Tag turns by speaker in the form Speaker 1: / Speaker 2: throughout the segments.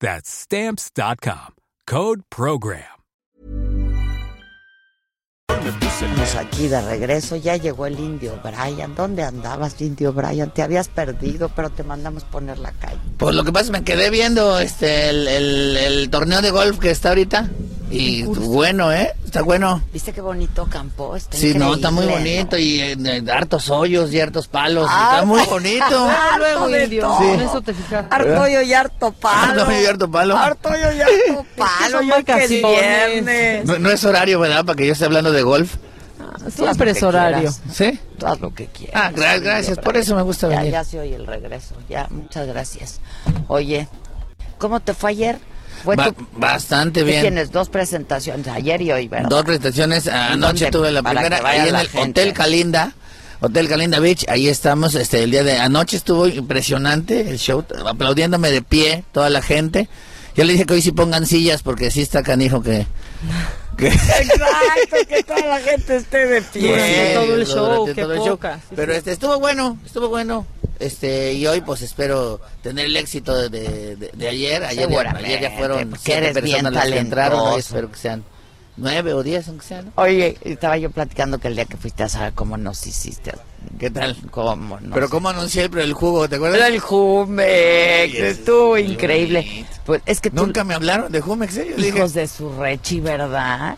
Speaker 1: That's stamps.com. Code Program.
Speaker 2: Estamos aquí de regreso. Ya llegó el indio Brian. ¿Dónde andabas, indio Brian? Te habías perdido, pero te mandamos poner la calle.
Speaker 3: Pues lo que pasa es que me quedé viendo este el, el- el torneo de golf que está ahorita. Y bueno, ¿eh? Está bueno.
Speaker 2: ¿Viste qué bonito campo? Está
Speaker 3: Sí, no, está muy
Speaker 2: increíble,
Speaker 3: bonito y eh, eh, hartos hoyos y hartos palos.
Speaker 2: Ah,
Speaker 3: está muy bonito.
Speaker 2: Harto
Speaker 4: Luego,
Speaker 2: de
Speaker 4: indio,
Speaker 2: todo.
Speaker 4: en eso te fijas.
Speaker 3: Ah,
Speaker 2: Harto hoyo y harto palo.
Speaker 3: Harto hoyo y harto palo.
Speaker 2: Harto hoyo y harto palo.
Speaker 4: son
Speaker 2: ya que es
Speaker 4: vacaciones.
Speaker 2: viernes.
Speaker 3: No, no es horario, ¿verdad? Para que yo esté hablando de golf.
Speaker 4: Siempre es horario.
Speaker 3: ¿Sí?
Speaker 2: Tú haz lo que quieras.
Speaker 3: Ah, gra-
Speaker 2: Indio
Speaker 3: gracias, por
Speaker 2: Brian.
Speaker 3: eso me gusta
Speaker 2: Ya,
Speaker 3: venir.
Speaker 2: ya se oye el regreso. Ya, muchas gracias. Oye, ¿cómo te fue ayer? Fue
Speaker 3: Ba-
Speaker 2: tu-
Speaker 3: bastante
Speaker 2: Pues tú
Speaker 3: bien.
Speaker 2: Tienes dos presentaciones, ayer y hoy, ¿verdad?
Speaker 3: Dos presentaciones. Anoche
Speaker 2: dónde?
Speaker 3: tuve la
Speaker 2: Para
Speaker 3: primera
Speaker 2: que vaya
Speaker 3: ahí en
Speaker 2: la
Speaker 3: el
Speaker 2: gente.
Speaker 3: Hotel Calinda. Hotel Calinda Beach, ahí estamos, este, el día de anoche estuvo impresionante el show, aplaudiéndome de pie, toda la gente. Yo le dije que hoy sí pongan sillas, porque sí está canijo que... que-
Speaker 2: Exacto, pues, que toda la gente esté de
Speaker 4: Durante
Speaker 3: Pues Sí,
Speaker 4: todo el
Speaker 3: durante
Speaker 4: show,
Speaker 3: todo
Speaker 4: qué
Speaker 3: el
Speaker 4: poca, sí,
Speaker 3: Pero
Speaker 4: sí.
Speaker 3: este, estuvo bueno, estuvo bueno. Este, y hoy pues espero tener el éxito de, de- de- de ayer. Ayer, ya-
Speaker 2: Seguramente,
Speaker 3: ayer ya fueron
Speaker 2: porque
Speaker 3: siete
Speaker 2: eres bien
Speaker 3: personas las que entraron, hoy
Speaker 2: talentoso.
Speaker 3: espero que sean nueve o diez, aunque sean. ¿no?
Speaker 2: Oye, estaba yo platicando que el día que fuiste a saber cómo nos hiciste.
Speaker 3: ¿Qué tal?
Speaker 2: ¿Cómo nos
Speaker 3: Pero cómo anuncié el, el jugo, ¿te acuerdas?
Speaker 2: Era el Jumex,
Speaker 3: Oye, es
Speaker 2: estuvo
Speaker 3: muy
Speaker 2: increíble.
Speaker 3: bonito.
Speaker 2: Pues es que tú,
Speaker 3: Nunca me hablaron de Jumex, ¿eh? Yo dije,
Speaker 2: hijos de su rechi, ¿verdad?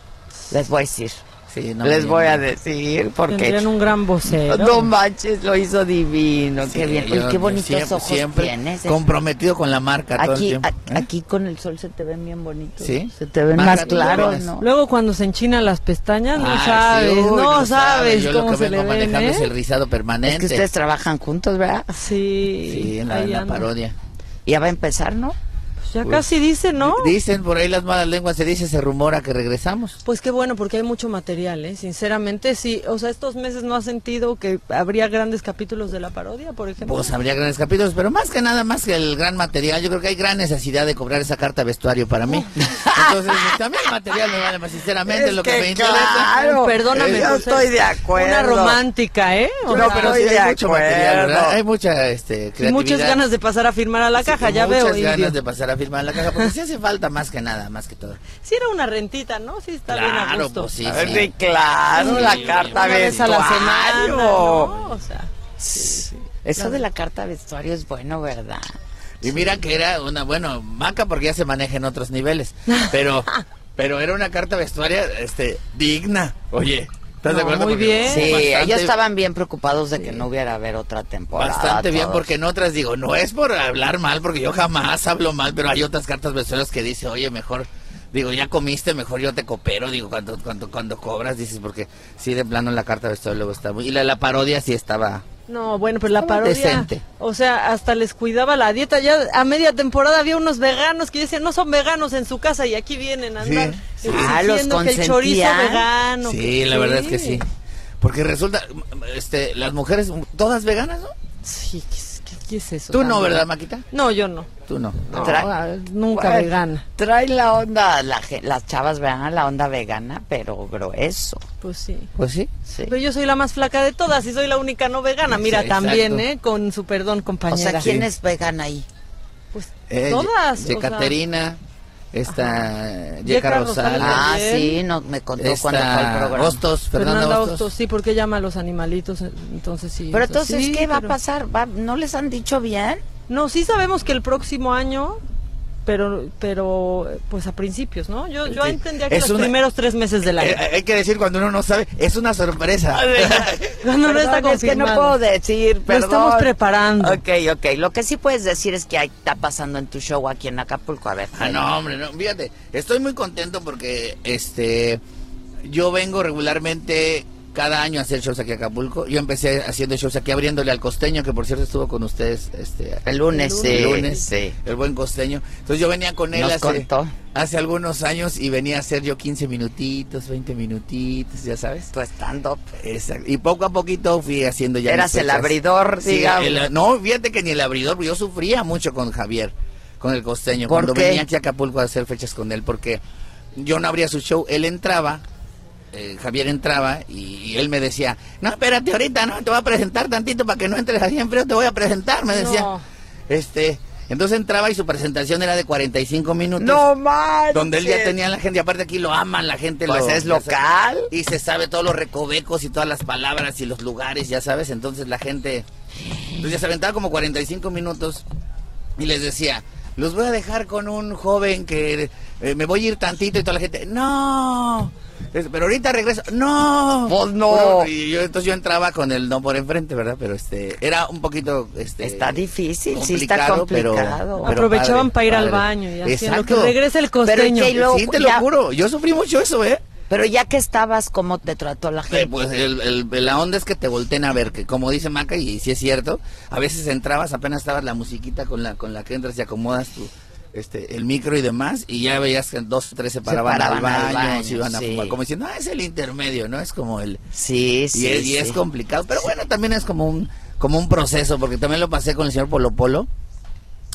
Speaker 2: Les voy a decir,
Speaker 3: sí, no,
Speaker 2: les
Speaker 3: no,
Speaker 2: voy
Speaker 3: no.
Speaker 2: a decir, porque
Speaker 4: Tendrían un gran vocero.
Speaker 2: no manches, lo hizo divino, qué bien.
Speaker 3: Sí,
Speaker 2: Oye,
Speaker 3: yo-
Speaker 2: qué
Speaker 3: yo
Speaker 2: bonitos
Speaker 3: siempre-
Speaker 2: ojos
Speaker 3: siempre
Speaker 2: tienes. ¿eh?
Speaker 3: Comprometido con la marca todo el
Speaker 2: Aquí,
Speaker 3: tiempo.
Speaker 2: a-
Speaker 3: ¿eh?
Speaker 2: aquí con el sol se te ven bien bonitos.
Speaker 3: Sí.
Speaker 2: Se te ven
Speaker 3: Más
Speaker 2: más
Speaker 3: que tú
Speaker 2: claros,
Speaker 3: veas.
Speaker 2: ¿no?
Speaker 4: Luego cuando se enchinan las pestañas, no
Speaker 3: Ah, sí,
Speaker 4: sabes,
Speaker 3: uy,
Speaker 4: no, sabes
Speaker 3: Yo
Speaker 4: cómo
Speaker 3: lo que
Speaker 4: se le
Speaker 3: vengo
Speaker 4: ven,
Speaker 3: manejando es el
Speaker 4: ¿eh?
Speaker 3: rizado permanente.
Speaker 2: Es que ustedes trabajan juntos, ¿verdad?
Speaker 4: Sí,
Speaker 3: Sí, en la,
Speaker 4: ahí
Speaker 3: en la
Speaker 4: anda.
Speaker 3: parodia.
Speaker 2: Ya va a empezar, ¿no?
Speaker 4: Pues ya casi dice, ¿no?
Speaker 3: Dicen por ahí las malas lenguas, se dice, se rumora que regresamos.
Speaker 4: Pues qué bueno, porque hay mucho material, ¿eh? Sinceramente, sí. O sea, estos meses no ha sentido que habría grandes capítulos de la parodia, por ejemplo.
Speaker 3: Pues habría grandes capítulos, pero más que nada, más que el gran material, yo creo que hay gran necesidad de cobrar esa carta vestuario para mí. Entonces, también el material me vale más, sinceramente,
Speaker 2: Es
Speaker 3: lo que,
Speaker 2: que
Speaker 3: me interesa.
Speaker 2: claro,
Speaker 4: Perdóname,
Speaker 2: yo
Speaker 4: por ser
Speaker 2: estoy de acuerdo.
Speaker 4: Una romántica, ¿eh? O
Speaker 2: No,
Speaker 4: sea,
Speaker 3: Pero sí,
Speaker 2: Estoy de
Speaker 3: hay mucho material,
Speaker 2: acuerdo.
Speaker 3: ¿verdad? Hay mucha este, creatividad.
Speaker 4: y muchas ganas de pasar a firmar a la
Speaker 3: Sí,
Speaker 4: caja, ya
Speaker 3: muchas
Speaker 4: veo.
Speaker 3: ganas
Speaker 4: indio.
Speaker 3: de pasar a firmar la caja, porque sí hace falta más que nada, más que todo.
Speaker 4: Sí era una rentita, ¿no? Sí está bien a
Speaker 3: Claro,
Speaker 4: gusto.
Speaker 3: pues sí,
Speaker 2: Sí,
Speaker 3: sí.
Speaker 2: claro,
Speaker 3: Sí,
Speaker 2: la
Speaker 3: sí,
Speaker 2: carta
Speaker 4: Una vez a la semana,
Speaker 2: vestuario.
Speaker 4: ¿no? O sea,
Speaker 2: Eso de la carta vestuario es bueno, ¿verdad?
Speaker 3: Y mira que era una, bueno, maca porque ya se maneja en otros niveles, pero pero era una carta vestuaria este digna. Oye, ¿estás de
Speaker 4: No,
Speaker 3: acuerdo?
Speaker 4: muy
Speaker 3: Porque
Speaker 4: bien.
Speaker 2: Sí,
Speaker 3: bastante-
Speaker 2: ellos estaban bien preocupados de que no hubiera haber otra temporada.
Speaker 3: Bastante bien,
Speaker 2: todos.
Speaker 3: porque en otras digo, no es por hablar mal, porque yo jamás hablo mal, pero hay otras cartas vestuarias que dice, oye, mejor, digo, ya comiste, mejor yo te coopero, digo, cuando, cuando, cuando cobras, dices, porque sí, de plano la carta vestuaria luego está muy... Y la, la parodia sí estaba...
Speaker 4: No, bueno, pero la
Speaker 3: Estaba
Speaker 4: parodia.
Speaker 3: decente.
Speaker 4: O sea, hasta les cuidaba la dieta. Ya a media temporada había unos veganos que decían, no son veganos en su casa y aquí vienen a andar.
Speaker 3: Sí, sí.
Speaker 2: Ah, los
Speaker 4: exigiendo que el chorizo
Speaker 2: consentían.
Speaker 4: vegano.
Speaker 3: sí, la verdad es que sí. Porque resulta, este, las mujeres, todas veganas, ¿no?
Speaker 4: Sí, ¿qué, es- qué- qué es eso?
Speaker 3: Tú no,
Speaker 4: tan-
Speaker 3: ¿verdad, Maquita?
Speaker 4: No, yo no.
Speaker 3: Tú no.
Speaker 2: No,
Speaker 4: Ah, Nunca
Speaker 2: Bueno,
Speaker 4: vegana.
Speaker 2: Trae la onda, la ge- las chavas vean la onda vegana, pero grueso.
Speaker 4: Pues sí.
Speaker 3: Pues sí.
Speaker 2: Sí.
Speaker 4: Pero yo soy la más flaca de todas y soy la única no vegana.
Speaker 3: Sí,
Speaker 4: Mira,
Speaker 3: exacto.
Speaker 4: también, ¿eh? Con su perdón,
Speaker 2: O
Speaker 4: compañera.
Speaker 2: sea, ¿quién es vegana ahí?
Speaker 4: Pues todas.
Speaker 3: De
Speaker 4: o sea,
Speaker 3: Caterina, Eh, esta Yeca
Speaker 4: Yeca
Speaker 3: Rosales.
Speaker 4: Rosales.
Speaker 2: Ah,
Speaker 4: También.
Speaker 2: sí, no, me contó cuando fue el
Speaker 3: Esta
Speaker 2: programa.
Speaker 3: Hostos,
Speaker 4: Fernanda,
Speaker 3: Fernanda, Hostos.
Speaker 4: Hostos, sí, porque llama a los animalitos, entonces sí.
Speaker 2: Pero
Speaker 4: o sea,
Speaker 2: entonces,
Speaker 4: sí,
Speaker 2: ¿qué va a
Speaker 4: pero-
Speaker 2: pasar? ¿Va- ¿No les han dicho bien?
Speaker 4: No, sí sabemos que el próximo año, pero, pero pues a principios, ¿no? Yo, yo
Speaker 3: Sí.
Speaker 4: entendía que
Speaker 3: Es
Speaker 4: los
Speaker 3: una-
Speaker 4: primeros tres meses del año.
Speaker 3: Eh, hay que decir cuando uno no sabe, es una
Speaker 2: Ah,
Speaker 3: sorpresa.
Speaker 4: Cuando no está
Speaker 2: Perdón, es que no
Speaker 4: confirmado.
Speaker 2: puedo decir,
Speaker 4: Lo
Speaker 2: perdón.
Speaker 4: estamos preparando.
Speaker 2: Ok, ok. Lo que sí puedes decir es que ahí está pasando en tu show aquí en Acapulco. A ver.
Speaker 3: Ah, no, hombre, no. Fíjate, estoy muy contento porque este yo vengo regularmente cada año a hacer shows aquí a Acapulco. Yo empecé haciendo shows aquí abriéndole al costeño, que por cierto estuvo con ustedes este
Speaker 2: El lunes,
Speaker 4: El
Speaker 2: sí.
Speaker 3: el lunes,
Speaker 2: sí.
Speaker 3: el buen costeño. Entonces yo venía con él
Speaker 2: Nos
Speaker 3: hace,
Speaker 2: contó.
Speaker 3: hace algunos años y venía a hacer yo 15 minutitos, 20 minutitos, ya sabes.
Speaker 2: Tu stand-up.
Speaker 3: Exacto. Y poco a poquito fui haciendo ya.
Speaker 2: Eras
Speaker 3: mis
Speaker 2: el
Speaker 3: fechas.
Speaker 2: abridor,
Speaker 3: Sí,
Speaker 2: digamos.
Speaker 3: el- no, fíjate que ni el abridor, porque yo sufría mucho con Javier, con el costeño,
Speaker 2: ¿Por
Speaker 3: cuando
Speaker 2: qué?
Speaker 3: venía aquí a Acapulco a hacer fechas con él, porque yo no abría su show, él entraba, eh, Javier entraba y, y él me decía, no, espérate ahorita, no, te voy a presentar tantito para que no entres así en frío, te voy a presentar, me decía.
Speaker 4: No.
Speaker 3: Este, entonces entraba y su presentación era de 45 minutos.
Speaker 2: No manches.
Speaker 3: Donde él ya tenía la gente, y aparte aquí lo aman, la gente
Speaker 2: Pues
Speaker 3: lo-
Speaker 2: es
Speaker 3: ya
Speaker 2: local.
Speaker 3: sabes, Y se sabe todos los recovecos y todas las palabras y los lugares, ya sabes. Entonces la gente. Entonces ya se aventaba como 45 minutos y les decía. Los voy a dejar con un joven que eh, me voy a ir tantito y toda la gente, no, Es- pero ahorita regreso, no.
Speaker 2: Pues no.
Speaker 3: Bueno, Y yo, entonces yo entraba con el no por enfrente, ¿verdad? Pero este, era un poquito, este.
Speaker 2: Está difícil, sí está
Speaker 3: pero-
Speaker 2: complicado.
Speaker 3: pero padre,
Speaker 4: Aprovechaban para ir al
Speaker 3: padre.
Speaker 4: baño y así, en lo que
Speaker 3: Exacto.
Speaker 4: regrese el
Speaker 2: Pero es que
Speaker 4: costeño.
Speaker 2: ahí luego-
Speaker 3: Sí, te lo
Speaker 2: ya-
Speaker 3: juro. Yo sufrí mucho eso, ¿eh?
Speaker 2: Pero ya que estabas, ¿cómo te trató la gente?
Speaker 3: Eh, pues el- el- la onda es que te volteen a ver, que como dice Maca, y, si es cierto, a veces entrabas, apenas estabas la musiquita con la, con la que entras y acomodas tu, este, el micro y demás, y ya veías que dos o tres se paraban, al
Speaker 2: paraban
Speaker 3: baño,
Speaker 2: al baño,
Speaker 3: se iban a
Speaker 2: sí.
Speaker 3: fumar, como diciendo, ah, es el intermedio, ¿no? Es como el...
Speaker 2: sí,
Speaker 3: Y,
Speaker 2: sí.
Speaker 3: es, y
Speaker 2: sí.
Speaker 3: es complicado, pero bueno, también es como un, como un proceso, porque también lo pasé con el señor Polo Polo,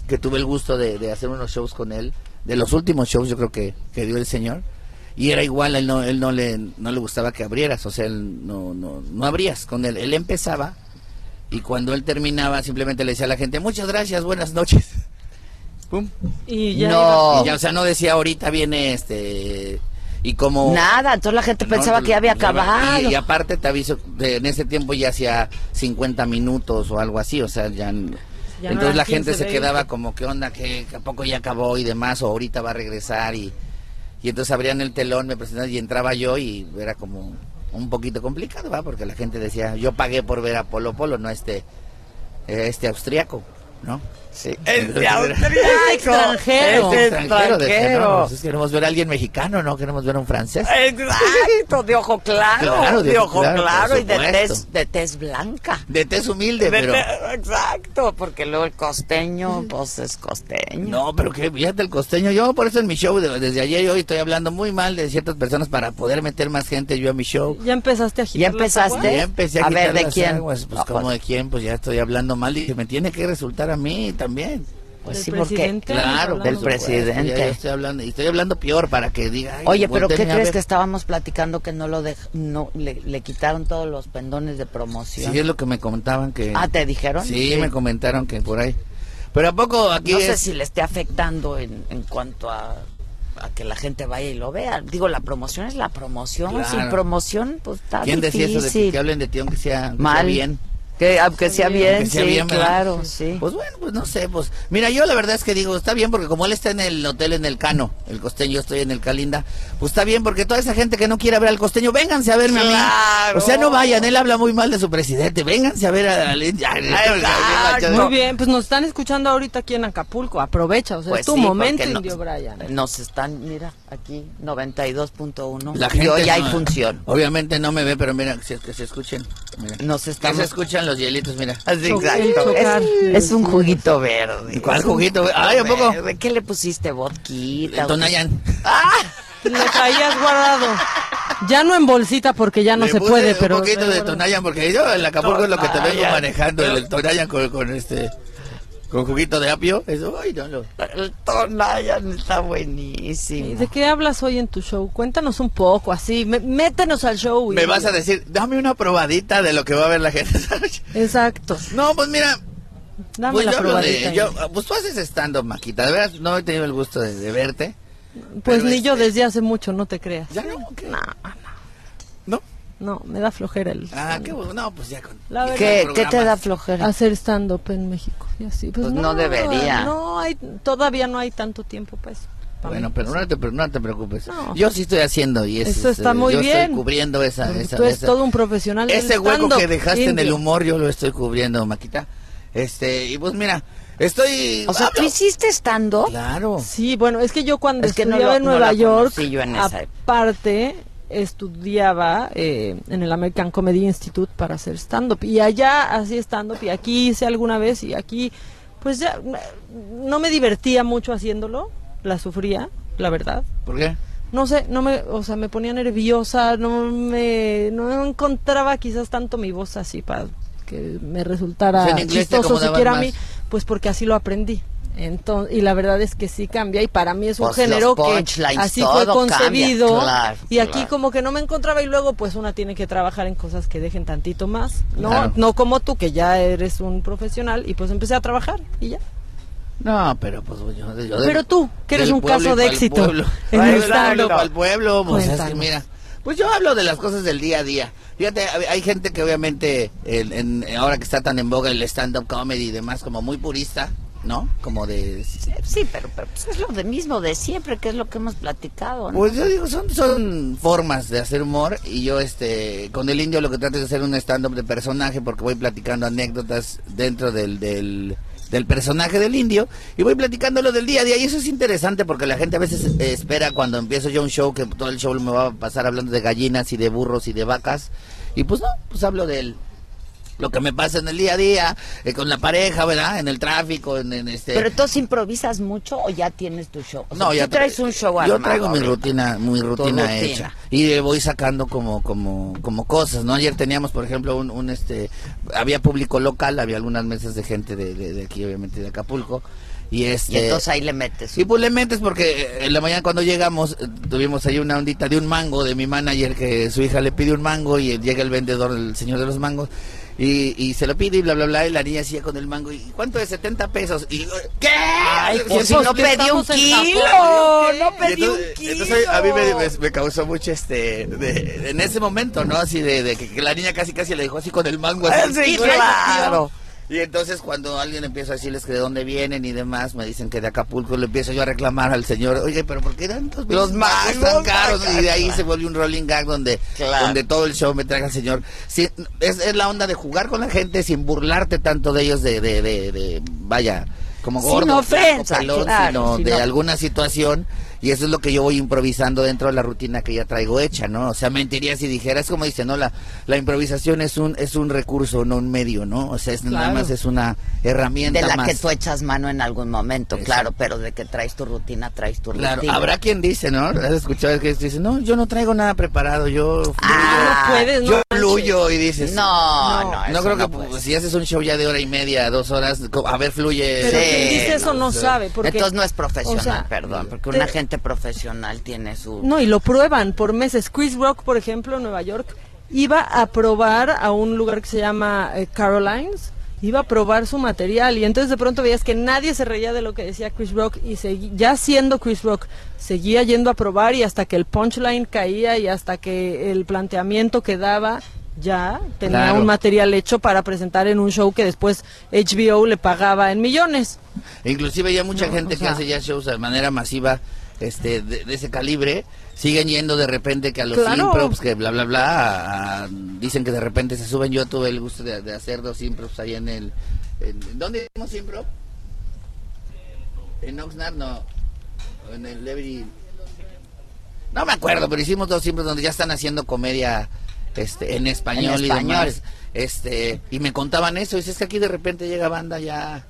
Speaker 3: que tuve el gusto de, de hacer unos shows con él, de los últimos shows yo creo que, que dio el señor, y era igual, él no, él no le, no le gustaba que abrieras, o sea, él no, no, no abrías con él, él empezaba y cuando él terminaba simplemente le decía a la gente, muchas gracias, buenas noches. Pum.
Speaker 4: Y ya
Speaker 2: No.
Speaker 4: iba-
Speaker 3: Y ya, o sea, no decía ahorita viene este y como
Speaker 2: Nada, entonces la gente
Speaker 3: no,
Speaker 2: pensaba que ya había
Speaker 3: no, no,
Speaker 2: acabado.
Speaker 3: Y, y aparte te aviso, de- en ese tiempo ya hacía 50 minutos o algo así, o sea, ya... n-
Speaker 4: Ya no
Speaker 3: entonces
Speaker 4: eran
Speaker 3: la gente
Speaker 4: 15,
Speaker 3: se
Speaker 4: 20.
Speaker 3: quedaba como, ¿qué onda? ¿Qué, ¿A poco ya acabó y demás? ¿O ahorita va a regresar? Y, y entonces abrían el telón, me presentaban y entraba yo y era como un poquito complicado, ¿va? Porque la gente decía, yo pagué por ver a Polo Polo, no a este, eh, este austriaco, ¿no?
Speaker 2: Sí. Este
Speaker 3: Entonces, este
Speaker 4: Es
Speaker 2: Es
Speaker 4: extranjero.
Speaker 3: extranjero, decía, no,
Speaker 2: extranjero.
Speaker 3: pues, queremos ver a alguien mexicano, no queremos ver a un francés.
Speaker 2: Exacto, de ojo claro,
Speaker 3: Claro,
Speaker 2: de, ojo claro,
Speaker 3: por
Speaker 2: y de
Speaker 3: supuesto.
Speaker 2: tez, de tez blanca.
Speaker 3: De tez humilde,
Speaker 2: De
Speaker 3: pero...
Speaker 2: te- exacto, porque luego el costeño, pues es costeño.
Speaker 3: No, pero que fíjate el costeño. Yo por eso en mi show, de- desde ayer y hoy estoy hablando muy mal de ciertas personas para poder meter más gente yo a mi show.
Speaker 4: ya empezaste a
Speaker 2: ¿Ya
Speaker 4: girar. las aguas.
Speaker 2: empezaste?
Speaker 3: Ya empecé a,
Speaker 2: a ver,
Speaker 3: quitar
Speaker 2: ¿de
Speaker 3: las
Speaker 2: quién?
Speaker 3: aguas, pues
Speaker 2: No,
Speaker 3: como de quién, pues ya estoy hablando mal y me tiene que resultar a mí también.
Speaker 2: pues
Speaker 4: ¿Del
Speaker 2: sí, porque...
Speaker 4: presidente?
Speaker 3: Claro,
Speaker 4: hablando?
Speaker 2: Del
Speaker 3: por supuesto,
Speaker 2: presidente.
Speaker 3: ya- ya estoy hablando y estoy hablando peor para que diga. ay,
Speaker 2: Oye, pero ¿qué
Speaker 3: volteenme a
Speaker 2: crees que
Speaker 3: ver.
Speaker 2: estábamos platicando que no lo dej- no le, le quitaron todos los pendones de promoción?
Speaker 3: Sí es lo que me comentaban que.
Speaker 2: ah, ¿te dijeron?
Speaker 3: sí, me comentaron que por ahí. Pero a poco aquí
Speaker 2: No
Speaker 3: es-
Speaker 2: sé si le esté afectando en, en cuanto a, a que la gente vaya y lo vea. Digo, la promoción es la promoción.
Speaker 3: Claro.
Speaker 2: Sin promoción, pues está
Speaker 3: ¿Quién decía
Speaker 2: difícil.
Speaker 3: eso de que, que hablen de ti aunque sea, aunque sea
Speaker 2: Mal.
Speaker 3: bien?
Speaker 2: Que, aunque sea bien,
Speaker 3: Aunque sea
Speaker 2: sí,
Speaker 3: bien, ¿verdad?
Speaker 2: claro, sí.
Speaker 3: Pues bueno, pues no sé, pues mira, yo la verdad es que digo, está bien porque como él está en el hotel en el Cano, el costeño, yo estoy en el Calinda, pues está bien porque toda esa gente que no quiere ver al costeño, vénganse a verme a mí.
Speaker 2: Claro.
Speaker 3: O sea, no vayan, él habla muy mal de su presidente, vénganse a ver a... al-
Speaker 2: Exacto.
Speaker 4: Muy bien, pues nos están escuchando ahorita aquí en Acapulco. Aprovecha, o sea,
Speaker 3: Pues
Speaker 4: es tu
Speaker 2: sí,
Speaker 4: momento,
Speaker 2: porque no-
Speaker 4: Indio Brian.
Speaker 3: eh.
Speaker 2: Nos están, mira, aquí 92.1.
Speaker 3: La gente
Speaker 2: y hoy hay
Speaker 3: no-
Speaker 2: función.
Speaker 3: Obviamente no me ve, pero mira, si es que se escuchen. Mira.
Speaker 2: Nos
Speaker 3: Que se
Speaker 2: estamos...
Speaker 3: escuchan los hielitos, mira.
Speaker 2: Así,
Speaker 4: Chocar,
Speaker 2: exacto.
Speaker 4: chocar.
Speaker 2: Es, es un juguito verde.
Speaker 3: ¿Cuál
Speaker 2: Es un
Speaker 3: juguito verde? Ay, ¿a poco?
Speaker 2: verde. ¿Qué le pusiste? ¿Vodquita?
Speaker 3: El Tonayan.
Speaker 4: Lo traías guardado. Ya no en bolsita porque ya no
Speaker 3: Le
Speaker 4: se
Speaker 3: puse
Speaker 4: puede,
Speaker 3: un
Speaker 4: pero.
Speaker 3: poquito de Tonayan, porque yo en Acapulco es lo que te vengo
Speaker 2: Tonayan.
Speaker 3: manejando, el, el Tonayan con, con este. Con juguito de apio. Eso, ay, no, lo-
Speaker 2: El Tonayan está
Speaker 4: ¿Y
Speaker 2: buenísimo.
Speaker 4: ¿De qué hablas hoy en tu show? Cuéntanos un poco, así. me- métenos al show.
Speaker 3: Me
Speaker 4: Indio.
Speaker 3: vas a decir, dame una probadita de lo que va a ver la gente. esta noche.
Speaker 4: Exacto.
Speaker 3: no, pues mira,
Speaker 4: Dame
Speaker 3: pues
Speaker 4: la
Speaker 3: yo hablo
Speaker 4: probadita.
Speaker 3: de. yo-
Speaker 4: Indio.
Speaker 3: pues tú haces stand-up, Maquita. De veras, no he tenido el gusto de, de verte.
Speaker 4: pues
Speaker 3: pero
Speaker 4: ni yo
Speaker 3: este-
Speaker 4: desde hace mucho, no te creas.
Speaker 3: Ya no, ¿qué?
Speaker 2: No,
Speaker 3: ¿No?
Speaker 4: No, me da flojera el.
Speaker 3: Ah, qué bueno. No, pues ya con.
Speaker 4: La verdad.
Speaker 2: ¿Qué, qué te da
Speaker 3: programas.
Speaker 2: flojera?
Speaker 4: Hacer stand-up en México. Y así. Pues,
Speaker 2: Pues no debería.
Speaker 4: No hay, todavía no hay tanto tiempo, pues. para
Speaker 3: Bueno,
Speaker 4: mí.
Speaker 3: pero no te, pero no te preocupes.
Speaker 4: No.
Speaker 3: Yo sí estoy haciendo y es,
Speaker 4: Eso
Speaker 3: es,
Speaker 4: está
Speaker 3: eh,
Speaker 4: muy
Speaker 3: yo
Speaker 4: bien.
Speaker 3: estoy cubriendo esa, pues, esa,
Speaker 4: Tú eres
Speaker 3: esa-
Speaker 4: todo un profesional. del
Speaker 3: ese hueco
Speaker 4: stand-up,
Speaker 3: que dejaste en el
Speaker 4: indio.
Speaker 3: humor yo lo estoy cubriendo, Maquita. Este, y pues mira, estoy
Speaker 2: O sea, ¿tú
Speaker 3: hablo-
Speaker 2: hiciste estando?
Speaker 3: Claro.
Speaker 4: Sí, bueno, es que yo cuando
Speaker 2: Es que no
Speaker 4: estudiaba
Speaker 2: lo-
Speaker 4: en
Speaker 2: no
Speaker 4: Nueva
Speaker 2: la
Speaker 4: York,
Speaker 2: conocí yo en esa época.
Speaker 4: aparte estudiaba eh, en el American Comedy Institute para hacer stand-up. Y allá hacía stand-up y aquí hice alguna vez y aquí, pues ya, mm, no me divertía mucho haciéndolo, la sufría, la verdad.
Speaker 3: ¿Por qué?
Speaker 4: No sé, no me, o sea, me ponía nerviosa, no me, no encontraba quizás tanto mi voz así para que me resultara
Speaker 3: O sea, en inglés te
Speaker 4: chistoso
Speaker 3: acomodabas
Speaker 4: siquiera a
Speaker 3: más.
Speaker 4: mí, pues porque así lo aprendí. Entonces, y la verdad es que sí cambia y para mí es un
Speaker 2: Pues los
Speaker 4: género que
Speaker 2: punchlines,
Speaker 4: así
Speaker 2: todo
Speaker 4: fue
Speaker 2: cambia,
Speaker 4: concebido
Speaker 2: claro,
Speaker 4: y aquí
Speaker 2: claro.
Speaker 4: como que no me encontraba y luego pues una tiene que trabajar en cosas que dejen tantito más, no
Speaker 3: Claro.
Speaker 4: no como tú que ya eres un profesional y pues empecé a trabajar y ya.
Speaker 3: No, pero pues yo, yo
Speaker 4: Pero tú, que eres
Speaker 3: del
Speaker 4: un
Speaker 3: pueblo
Speaker 4: caso
Speaker 3: y
Speaker 4: de
Speaker 3: pa'l
Speaker 4: éxito
Speaker 3: pueblo.
Speaker 4: en
Speaker 3: Ay,
Speaker 4: el
Speaker 3: del pueblo
Speaker 4: stand-up.
Speaker 3: pa'l pueblo, pues, es que
Speaker 4: Cuéntanos.
Speaker 3: mira, pues yo hablo de las cosas del día a día. Fíjate, hay- hay gente que obviamente en- en- ahora que está tan en boga el stand-up comedy y demás, como muy purista, ¿no? Como de
Speaker 2: Sí, pero, pero, pues, es lo de mismo de siempre, que es lo que hemos platicado. ¿no?
Speaker 3: Pues yo digo, son, son formas de hacer humor y yo este con el indio lo que trato es de hacer un stand-up de personaje porque voy platicando anécdotas dentro del, del, del personaje del indio y voy platicando lo del día a día y eso es interesante porque la gente a veces eh, espera cuando empiezo yo un show que todo el show me va a pasar hablando de gallinas y de burros y de vacas y pues no, pues hablo del... Lo que me pasa en el día a día, eh, con la pareja, ¿verdad? En el tráfico, en, en este...
Speaker 2: Pero entonces improvisas mucho o ya tienes tu show. O sea,
Speaker 3: No, ya
Speaker 2: tú traes
Speaker 3: tra-
Speaker 2: un show
Speaker 3: Yo
Speaker 2: armado.
Speaker 3: traigo mi
Speaker 2: ahorita.
Speaker 3: rutina, mi rutina
Speaker 2: rutina.
Speaker 3: hecha y le voy sacando como como como cosas, ¿no? Ayer teníamos, por ejemplo, un, un, este había público local, había algunas mesas de gente de, de- de aquí obviamente de Acapulco y este
Speaker 2: Y entonces ahí le metes.
Speaker 3: Sí, pues le metes porque eh, en la mañana cuando llegamos eh, tuvimos ahí una ondita de un mango de mi manager que su hija le pide un mango y eh, llega el vendedor, el señor de los mangos, y, y se lo pide y bla, bla, bla, y la niña sigue con el mango. ¿Y cuánto es? 70 pesos. Y, eh, ¿Qué?
Speaker 2: Ay,
Speaker 3: Sí,
Speaker 2: pues
Speaker 3: sí,
Speaker 2: si
Speaker 3: no
Speaker 2: no
Speaker 3: piensa-
Speaker 2: pedí un
Speaker 4: estamos en
Speaker 2: kilo,
Speaker 4: Japón, ¿eh?
Speaker 2: no
Speaker 3: y
Speaker 2: pedí un
Speaker 3: entonces,
Speaker 2: kilo.
Speaker 3: entonces a mí me, me- me causó mucho este. de- en ese momento, ¿no? Así de, de que, que la niña casi casi le dejó así con el mango. Así,
Speaker 2: Ah, sí,
Speaker 3: "Y traigo,
Speaker 2: claro.
Speaker 3: tío". Y entonces cuando alguien empieza a decirles que de dónde vienen y demás, me dicen que de Acapulco, le empiezo yo a reclamar al señor, oye, pero ¿por qué tantos
Speaker 2: Los
Speaker 3: pinches
Speaker 2: mangos,
Speaker 3: tan caros? Y de ahí
Speaker 2: claro.
Speaker 3: se vuelve un rolling gag donde,
Speaker 2: Claro.
Speaker 3: donde todo el show me traga al señor. Sí, es, es la onda de jugar con la gente sin burlarte tanto de ellos, de, de, de, de- vaya, como
Speaker 2: Sin
Speaker 3: gordo, flaco,
Speaker 2: ofensa,
Speaker 3: pelón,
Speaker 2: claro,
Speaker 3: sino
Speaker 2: sin
Speaker 3: de
Speaker 2: of-
Speaker 3: alguna situación y eso es lo que yo voy improvisando dentro de la rutina que ya traigo hecha, ¿no? O sea, mentiría si dijera, es como dicen, no, la, la improvisación es un es un recurso, no un medio, ¿no? O sea, es nada
Speaker 4: Claro.
Speaker 3: más es una herramienta
Speaker 2: De la
Speaker 3: más.
Speaker 2: que tú echas mano en algún momento,
Speaker 3: Exacto.
Speaker 2: claro, pero de que traes tu rutina, traes tu
Speaker 3: Claro,
Speaker 2: rutina.
Speaker 3: habrá quien dice, ¿no? ¿Has escuchado que dice, no, yo no traigo nada preparado, yo fluyo,
Speaker 2: Ah,
Speaker 4: puedes, no
Speaker 3: yo
Speaker 4: manches.
Speaker 3: fluyo y dices,
Speaker 2: No, no,
Speaker 4: No.
Speaker 2: eso
Speaker 3: no creo que
Speaker 2: puede
Speaker 3: pues,
Speaker 2: ser.
Speaker 3: si haces un show ya de hora y media, dos horas, co- a ver, fluye.
Speaker 4: Pero
Speaker 2: Sí,
Speaker 4: quien dice eso no
Speaker 3: sé.
Speaker 4: sabe, porque
Speaker 2: Entonces no es profesional,
Speaker 4: o sea,
Speaker 2: perdón, porque
Speaker 4: te-
Speaker 2: una gente profesional tiene su...
Speaker 4: No, y lo prueban por meses. Chris Rock, por ejemplo, en Nueva York, iba a probar a un lugar que se llama eh, Carolines, iba a probar su material y entonces de pronto veías que nadie se reía de lo que decía Chris Rock y segui- ya siendo Chris Rock, seguía yendo a probar y hasta que el punchline caía y hasta que el planteamiento que daba ya tenía
Speaker 3: Claro.
Speaker 4: un material hecho para presentar en un show que después HBO le pagaba en millones.
Speaker 3: Inclusive ya mucha gente
Speaker 4: o sea-
Speaker 3: que hace ya shows de manera masiva este de, de ese calibre siguen yendo de repente que a los
Speaker 4: Claro.
Speaker 3: improps que bla bla bla a- a- dicen que de repente se suben yo tuve el gusto de, de hacer dos improps ahí en el en- ¿dónde hicimos improv? en Oxnard no en el Every no me acuerdo, pero hicimos dos siempre donde ya están haciendo comedia este, en español,
Speaker 2: En
Speaker 3: y
Speaker 2: español.
Speaker 3: demás. Este, y me contaban eso. Dices es que aquí de repente llega banda ya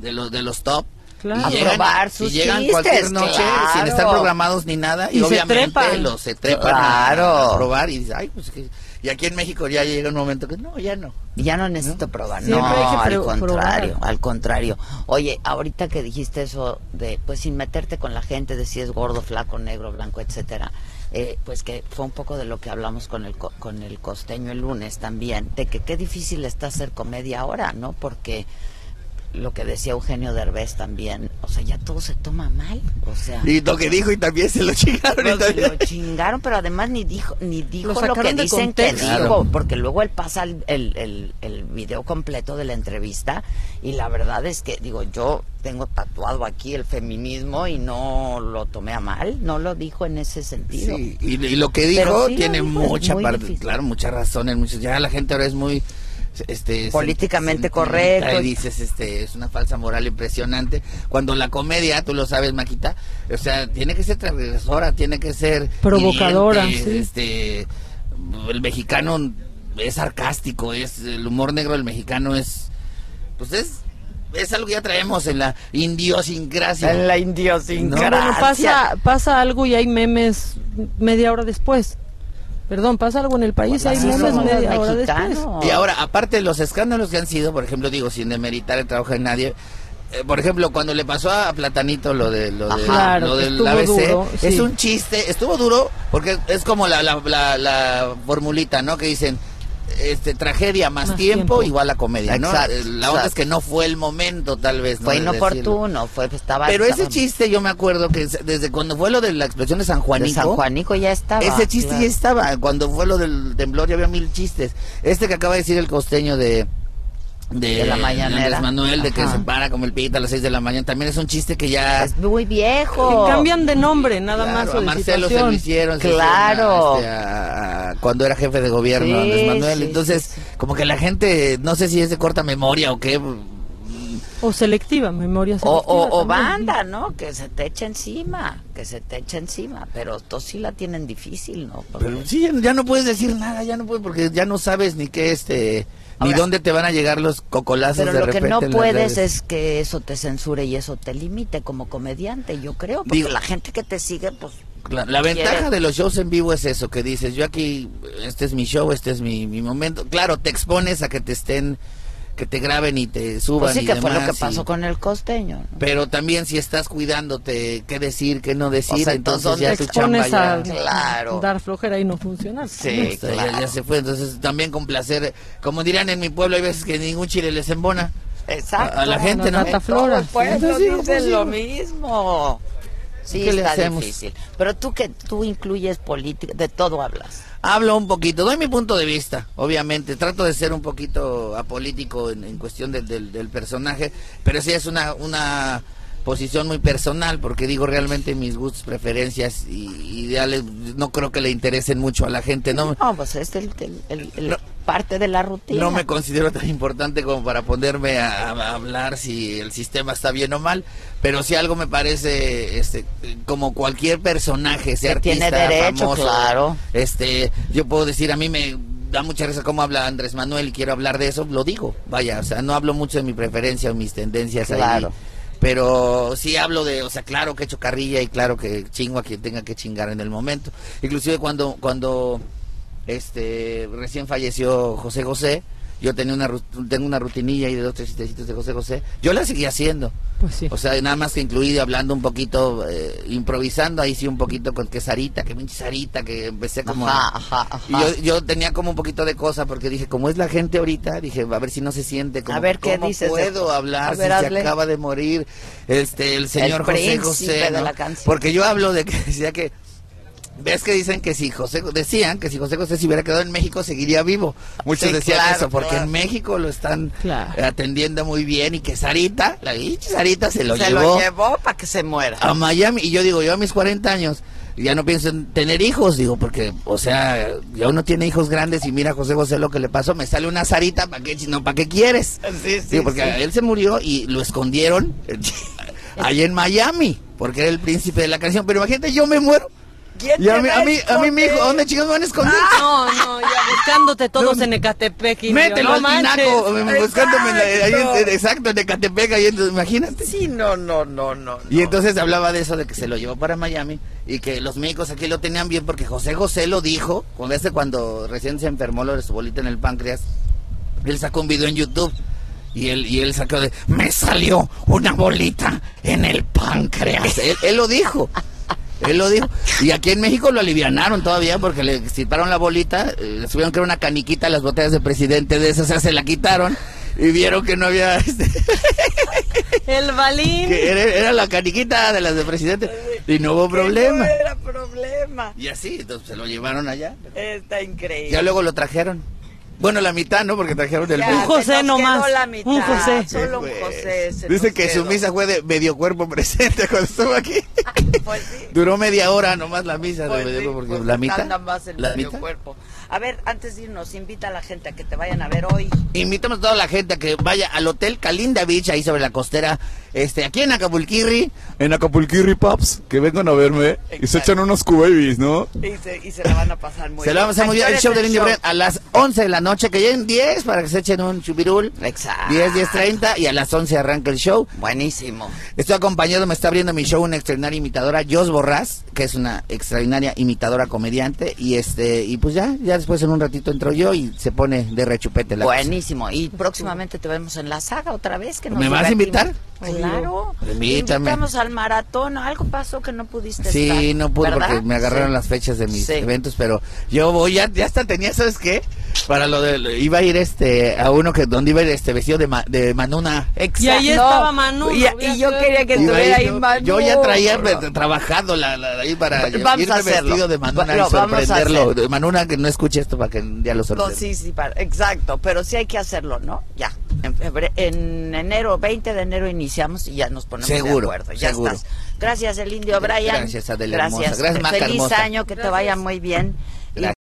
Speaker 3: de los, de los top.
Speaker 4: Claro.
Speaker 3: y
Speaker 4: A
Speaker 3: llegan-
Speaker 2: probar sus
Speaker 3: Y llegan
Speaker 2: chistes,
Speaker 3: cualquier noche
Speaker 2: claro.
Speaker 3: sin estar programados ni nada. Y,
Speaker 4: Y se
Speaker 3: obviamente
Speaker 4: trepan.
Speaker 3: los se trepan a- a,
Speaker 2: Claro.
Speaker 3: probar. Y dices, ay, pues que- Y aquí en México ya llega un momento que no, ya no.
Speaker 2: Ya no necesito probar.
Speaker 4: Siempre
Speaker 2: no,
Speaker 4: hay que
Speaker 2: al
Speaker 4: pro-
Speaker 2: contrario,
Speaker 4: probar.
Speaker 2: al contrario. Oye, ahorita que dijiste eso de, pues sin meterte con la gente, de si es gordo, flaco, negro, blanco, etcétera, eh, pues que fue un poco de lo que hablamos con el, co- con el costeño el lunes también, de que qué difícil está hacer comedia ahora, ¿no? Porque lo que decía Eugenio Derbez también. O sea, ya todo se toma mal. O sea,
Speaker 3: Y lo que dijo y también se lo chingaron. y
Speaker 2: pues, se
Speaker 3: también-
Speaker 2: lo chingaron, pero además ni dijo ni dijo lo,
Speaker 4: sacaron
Speaker 2: que
Speaker 4: de
Speaker 2: dicen que
Speaker 4: contexto.
Speaker 2: dijo.
Speaker 3: Claro.
Speaker 2: Porque luego él pasa el, el- el- el video completo de la entrevista y la verdad es que, digo, yo tengo tatuado aquí el feminismo y no lo tomé a mal. No lo dijo en ese sentido.
Speaker 3: Sí, y, y lo que
Speaker 2: Pero
Speaker 3: dijo
Speaker 2: sí lo
Speaker 3: tiene
Speaker 2: dijo, es
Speaker 3: mucha
Speaker 2: muy
Speaker 3: parte,
Speaker 2: difícil.
Speaker 3: claro, mucha razón en muchos. Ya la gente ahora es muy este
Speaker 2: Políticamente
Speaker 3: sentimental
Speaker 2: correcto.
Speaker 3: y dices este es una falsa moral impresionante cuando la comedia tú lo sabes maquita o sea tiene que ser transgresora tiene que ser
Speaker 4: Provocadora,
Speaker 3: hiriente,
Speaker 4: sí.
Speaker 3: este el mexicano es sarcástico es el humor negro del mexicano es pues es es algo que ya traemos en la indiosincrasia
Speaker 2: En la idiosincrasia.
Speaker 4: No, bueno, pasa, pasa algo y hay memes media hora después. Perdón, pasa algo en el país y hay
Speaker 2: Así
Speaker 3: Bueno,
Speaker 4: memes
Speaker 2: somos los
Speaker 4: media hora después.
Speaker 2: mexicanos.
Speaker 3: Y ahora, aparte de los escándalos que han sido, por ejemplo, digo, sin demeritar el trabajo de nadie, eh, por ejemplo, cuando le pasó a Platanito lo de lo, de,
Speaker 2: Ajá.
Speaker 4: Claro,
Speaker 3: lo
Speaker 4: que
Speaker 3: del
Speaker 4: estuvo
Speaker 3: ABC,
Speaker 4: duro,
Speaker 3: es
Speaker 4: sí.
Speaker 3: un chiste, estuvo duro, porque es como la, la, la- la formulita, ¿no? Que dicen, este, tragedia más,
Speaker 4: Más
Speaker 3: tiempo,
Speaker 4: tiempo.
Speaker 3: igual a comedia, ¿no?
Speaker 2: Exacto,
Speaker 3: Eh, la onda
Speaker 2: exacto.
Speaker 3: es que no fue el momento, tal vez. ¿no?
Speaker 2: Fue
Speaker 3: de decirlo.
Speaker 2: inoportuno, fue, estaba...
Speaker 3: Pero ese
Speaker 2: estaba-
Speaker 3: chiste yo me acuerdo que es- desde cuando fue lo de la explosión de San
Speaker 2: de
Speaker 3: Juanico,
Speaker 2: San Juanico ya estaba.
Speaker 3: ese chiste
Speaker 2: claro.
Speaker 3: ya estaba. Cuando fue lo del temblor ya había mil chistes. Este que acaba de decir el costeño de... De,
Speaker 2: De la mañanera.
Speaker 3: Andrés Manuel, de que
Speaker 2: Ajá.
Speaker 3: se para como el pita a las 6 de la mañana. También es un chiste que ya...
Speaker 2: Es muy viejo.
Speaker 4: Que cambian de nombre, nada
Speaker 3: Claro,
Speaker 4: más. o
Speaker 3: a
Speaker 4: de
Speaker 3: Marcelo se lo
Speaker 4: situación.
Speaker 3: hicieron. se
Speaker 2: Claro.
Speaker 3: hicieron a- este, a- a- cuando era jefe de gobierno,
Speaker 2: Sí,
Speaker 3: Andrés Manuel.
Speaker 2: sí,
Speaker 3: Entonces,
Speaker 2: sí,
Speaker 3: como que la gente, no sé si es de corta memoria o qué.
Speaker 4: O selectiva, memoria
Speaker 2: O,
Speaker 4: selectiva.
Speaker 3: pues,
Speaker 2: o, o
Speaker 4: también.
Speaker 2: banda, ¿no? Que se te echa encima, que se te echa encima. Pero tú sí la tienen difícil, ¿no? Porque-
Speaker 3: Pero sí, ya no puedes decir nada, ya no puedes, porque ya no sabes ni qué, este...
Speaker 2: Ahora-
Speaker 3: ni dónde te van a llegar los cocolazos
Speaker 2: pero
Speaker 3: de
Speaker 2: lo que
Speaker 3: repente
Speaker 2: no
Speaker 3: en las
Speaker 2: puedes
Speaker 3: redes.
Speaker 2: es que eso te censure y eso te limite como comediante, yo creo. Porque
Speaker 3: Digo-
Speaker 2: la gente que te sigue, pues...
Speaker 3: La, la
Speaker 2: quiere-
Speaker 3: ventaja de los shows en vivo es eso, que dices, yo aquí, este es mi show, este es mi, mi momento. Claro, te expones a que te estén, que te graben y te suban.
Speaker 2: Pues sí
Speaker 3: y
Speaker 2: que fue lo
Speaker 3: demás,
Speaker 2: que
Speaker 3: y-
Speaker 2: pasó con el costeño. ¿no?
Speaker 3: Pero también si estás cuidándote, qué decir, qué no decir,
Speaker 2: O sea,
Speaker 3: entonces,
Speaker 2: entonces,
Speaker 3: ya
Speaker 4: Te
Speaker 3: tu chamba
Speaker 4: expones a
Speaker 3: ya...
Speaker 2: Claro.
Speaker 4: dar flojera y no funcionar.
Speaker 2: Sí,
Speaker 3: o sea, ya-
Speaker 2: claro.
Speaker 3: ya se fue, entonces también con placer, como dirán en mi pueblo, hay veces que ningún chile les embona.
Speaker 2: Exacto.
Speaker 3: A- a la gente, ¿no?
Speaker 4: Nata Flora.
Speaker 2: Todos, pues,
Speaker 3: Entonces,
Speaker 2: no
Speaker 3: sí, pues,
Speaker 2: dicen
Speaker 3: sí.
Speaker 2: lo mismo. Sí,
Speaker 3: ¿Qué le
Speaker 2: está
Speaker 3: hacemos?
Speaker 2: difícil. Pero tú que tú incluyes política, de todo hablas.
Speaker 3: Hablo un poquito, doy mi punto de vista, obviamente. Trato de ser un poquito apolítico en, en cuestión del, del- del personaje, pero sí es una, una posición muy personal, porque digo realmente mis gustos, preferencias y ideales no creo que le interesen mucho a la gente. No,
Speaker 2: No, pues es el, el- el- el
Speaker 3: No.
Speaker 2: parte de la rutina.
Speaker 3: no me considero tan importante como para ponerme a, a hablar si el sistema está bien o mal, pero si algo me parece este como cualquier personaje, sea
Speaker 2: Que tiene
Speaker 3: artista,
Speaker 2: derecho,
Speaker 3: famoso,
Speaker 2: claro.
Speaker 3: Este, yo puedo decir a mí me da mucha risa cómo habla Andrés Manuel y quiero hablar de eso, lo digo. Vaya, o sea, no hablo mucho de mi preferencia o mis tendencias ahí,
Speaker 2: Claro.
Speaker 3: Pero sí hablo de, o sea, claro que he hecho carrilla y claro que chingo a quien tenga que chingar en el momento. Inclusive cuando cuando este recién falleció José José, yo tenía una rut- tengo una rutinilla y de dos tres chistecitos de José José. Yo la seguía haciendo.
Speaker 4: Pues sí.
Speaker 3: O sea, nada más que incluido hablando un poquito, eh, improvisando ahí sí un poquito con que Sarita, que pinche Sarita, que empecé como...
Speaker 2: Ajá,
Speaker 3: a-
Speaker 2: ajá, ajá.
Speaker 3: Y yo, yo tenía como un poquito de cosa porque dije, como es la gente ahorita, dije, a ver si no se siente como
Speaker 2: A ver, ¿qué
Speaker 3: ¿cómo
Speaker 2: dices?
Speaker 3: puedo
Speaker 2: A
Speaker 3: hablar
Speaker 2: ver,
Speaker 3: si
Speaker 2: hazle.
Speaker 3: se acaba de morir este el señor José
Speaker 2: príncipe
Speaker 3: José?
Speaker 2: de
Speaker 3: ¿no?
Speaker 2: la canción.
Speaker 3: Porque yo hablo de que decía que ¿Ves que dicen que si José, decían que si José José se hubiera quedado en México seguiría vivo? Muchos
Speaker 2: Sí,
Speaker 3: decían
Speaker 2: claro,
Speaker 3: eso, porque
Speaker 2: claro.
Speaker 3: en México lo están
Speaker 4: Claro.
Speaker 3: eh, atendiendo muy bien y que Sarita, la pinche Sarita se lo
Speaker 2: Se
Speaker 3: llevó
Speaker 2: lo llevó para que se muera.
Speaker 3: a Miami. Y yo digo, yo a mis 40 años ya no pienso en tener hijos, digo, porque, o sea, ya uno tiene hijos grandes y mira a José José lo que le pasó, me sale una Sarita, ¿para qué, no, para qué quieres?
Speaker 2: Sí, sí,
Speaker 3: Digo, porque
Speaker 2: sí.
Speaker 3: él se murió y lo escondieron ahí en Miami, porque era el príncipe de la canción. Pero imagínate, yo me muero.
Speaker 2: ¿Quién
Speaker 3: Y a
Speaker 2: te
Speaker 3: mí,
Speaker 2: va
Speaker 3: a mí, a mí, mi hijo,
Speaker 2: esconder? Ah.
Speaker 3: ¿dónde chicos me van a esconder?
Speaker 4: No, no, ya buscándote todos en Ecatepec. indio,
Speaker 3: Mételo
Speaker 4: no
Speaker 3: al
Speaker 4: manches.
Speaker 3: tinaco, em, buscándome en la- ahí en- este,
Speaker 2: Exacto.
Speaker 3: exacto, en Ecatepec, ahí en- imagínate.
Speaker 2: Sí, no, no, no, no.
Speaker 3: Y
Speaker 2: no.
Speaker 3: entonces hablaba de eso, de que se lo llevó para Miami y que los médicos aquí lo tenían bien porque José José lo dijo, con ese cuando recién se enfermó lo de su bolita en el páncreas, él sacó un video en YouTube y él, y él sacó de, me salió una bolita en el páncreas. él, él lo dijo. Él lo dijo. Y aquí en México lo alivianaron todavía porque le extirparon la bolita, eh, le subieron que era una caniquita a las botellas de presidente de esas, o sea, se la quitaron. y vieron que no había... este,
Speaker 4: El balín.
Speaker 3: que era, era la caniquita de las de presidente y no hubo problema.
Speaker 2: No era problema.
Speaker 3: Y así, entonces se lo llevaron allá.
Speaker 2: Está increíble.
Speaker 3: Ya luego lo trajeron. Bueno, la mitad, ¿no? Porque trajeron el...
Speaker 2: Ya,
Speaker 3: medio.
Speaker 2: se
Speaker 4: José
Speaker 2: nos
Speaker 4: nomás,
Speaker 2: quedó la mitad,
Speaker 4: un José.
Speaker 2: Solo un José. se
Speaker 3: "Pues, Dice
Speaker 2: nos
Speaker 3: que su
Speaker 2: quedó.
Speaker 3: misa fue de medio cuerpo presente cuando estuvo aquí.
Speaker 2: Pues sí.
Speaker 3: Duró media hora nomás la misa, de
Speaker 2: Pues
Speaker 3: medio
Speaker 2: sí,
Speaker 3: cuerpo, porque
Speaker 2: pues
Speaker 3: la
Speaker 2: está
Speaker 3: mitad.
Speaker 2: nada más el
Speaker 3: la
Speaker 2: medio
Speaker 3: mitad.
Speaker 2: cuerpo. A ver, antes de irnos, invita a la gente a que te vayan a ver hoy.
Speaker 3: Invitamos a toda la gente a que vaya al Hotel Calinda Beach, ahí sobre la costera, este, aquí en Acapulquirri. En Acapulquirri, Paps, que vengan a verme
Speaker 2: y se Exacto. echan
Speaker 3: unos cubabies, ¿no?
Speaker 2: Y se, y se la van a pasar muy bien.
Speaker 3: se lo vamos a pasar muy bien. El
Speaker 2: Actores
Speaker 3: show del Indio Brand a las 11 de la noche, que lleguen 10 para que se echen un chupirul.
Speaker 2: Exacto.
Speaker 3: 10, 10, 30 y a las 11 arranca el show.
Speaker 2: Buenísimo.
Speaker 3: Estoy acompañado, me está abriendo mi show una extraordinaria imitadora, Jos Borrás, que es una extraordinaria imitadora comediante. Y este y pues ya, ya después en un ratito entro yo y se pone de rechupete la cosa.
Speaker 2: Buenísimo. Y próximamente te vemos en la saga otra vez. Que nos
Speaker 3: ¿Me vas a
Speaker 2: divertimos.
Speaker 3: invitar?
Speaker 2: Claro.
Speaker 3: Obvio. Invítame.
Speaker 2: Invitamos al maratón. Algo pasó que no pudiste estar.
Speaker 3: Sí, no pude
Speaker 2: ¿verdad?
Speaker 3: porque me agarraron
Speaker 2: Sí.
Speaker 3: las fechas de mis
Speaker 2: Sí.
Speaker 3: eventos, pero yo voy, ya, ya hasta tenía, ¿sabes qué? Para lo de, iba a ir este, a uno que, donde iba a ir este vestido de, ma- de manuna.
Speaker 2: Exacto.
Speaker 4: Y ahí estaba Manu,
Speaker 2: Y,
Speaker 4: lo voy a
Speaker 2: y yo
Speaker 4: hacer.
Speaker 2: quería que
Speaker 3: Iba a
Speaker 2: estuviera
Speaker 3: ir
Speaker 2: ahí
Speaker 3: yo,
Speaker 2: Manu.
Speaker 3: yo ya traía pues, trabajado la, la- ahí para
Speaker 2: Vamos a
Speaker 3: irme
Speaker 2: hacerlo.
Speaker 3: vestido de manuna
Speaker 2: Lo
Speaker 3: y
Speaker 2: vamos a hacer.
Speaker 3: sorprenderlo. De Manuna que no escuche esto para que un día lo
Speaker 2: No,
Speaker 3: sorprenda.
Speaker 2: sí, sí, para- exacto, pero sí hay que hacerlo, ¿no? Ya, en, febre- en enero, 20 de enero iniciamos y ya nos ponemos
Speaker 3: Seguro,
Speaker 2: de acuerdo. Ya
Speaker 3: seguro.
Speaker 2: estás. Gracias, el indio Brian.
Speaker 3: Gracias, Adela
Speaker 2: Gracias.
Speaker 3: hermosa. Gracias, Maca
Speaker 2: Feliz
Speaker 3: hermosa.
Speaker 2: año, que te
Speaker 4: Gracias.
Speaker 2: vaya muy bien.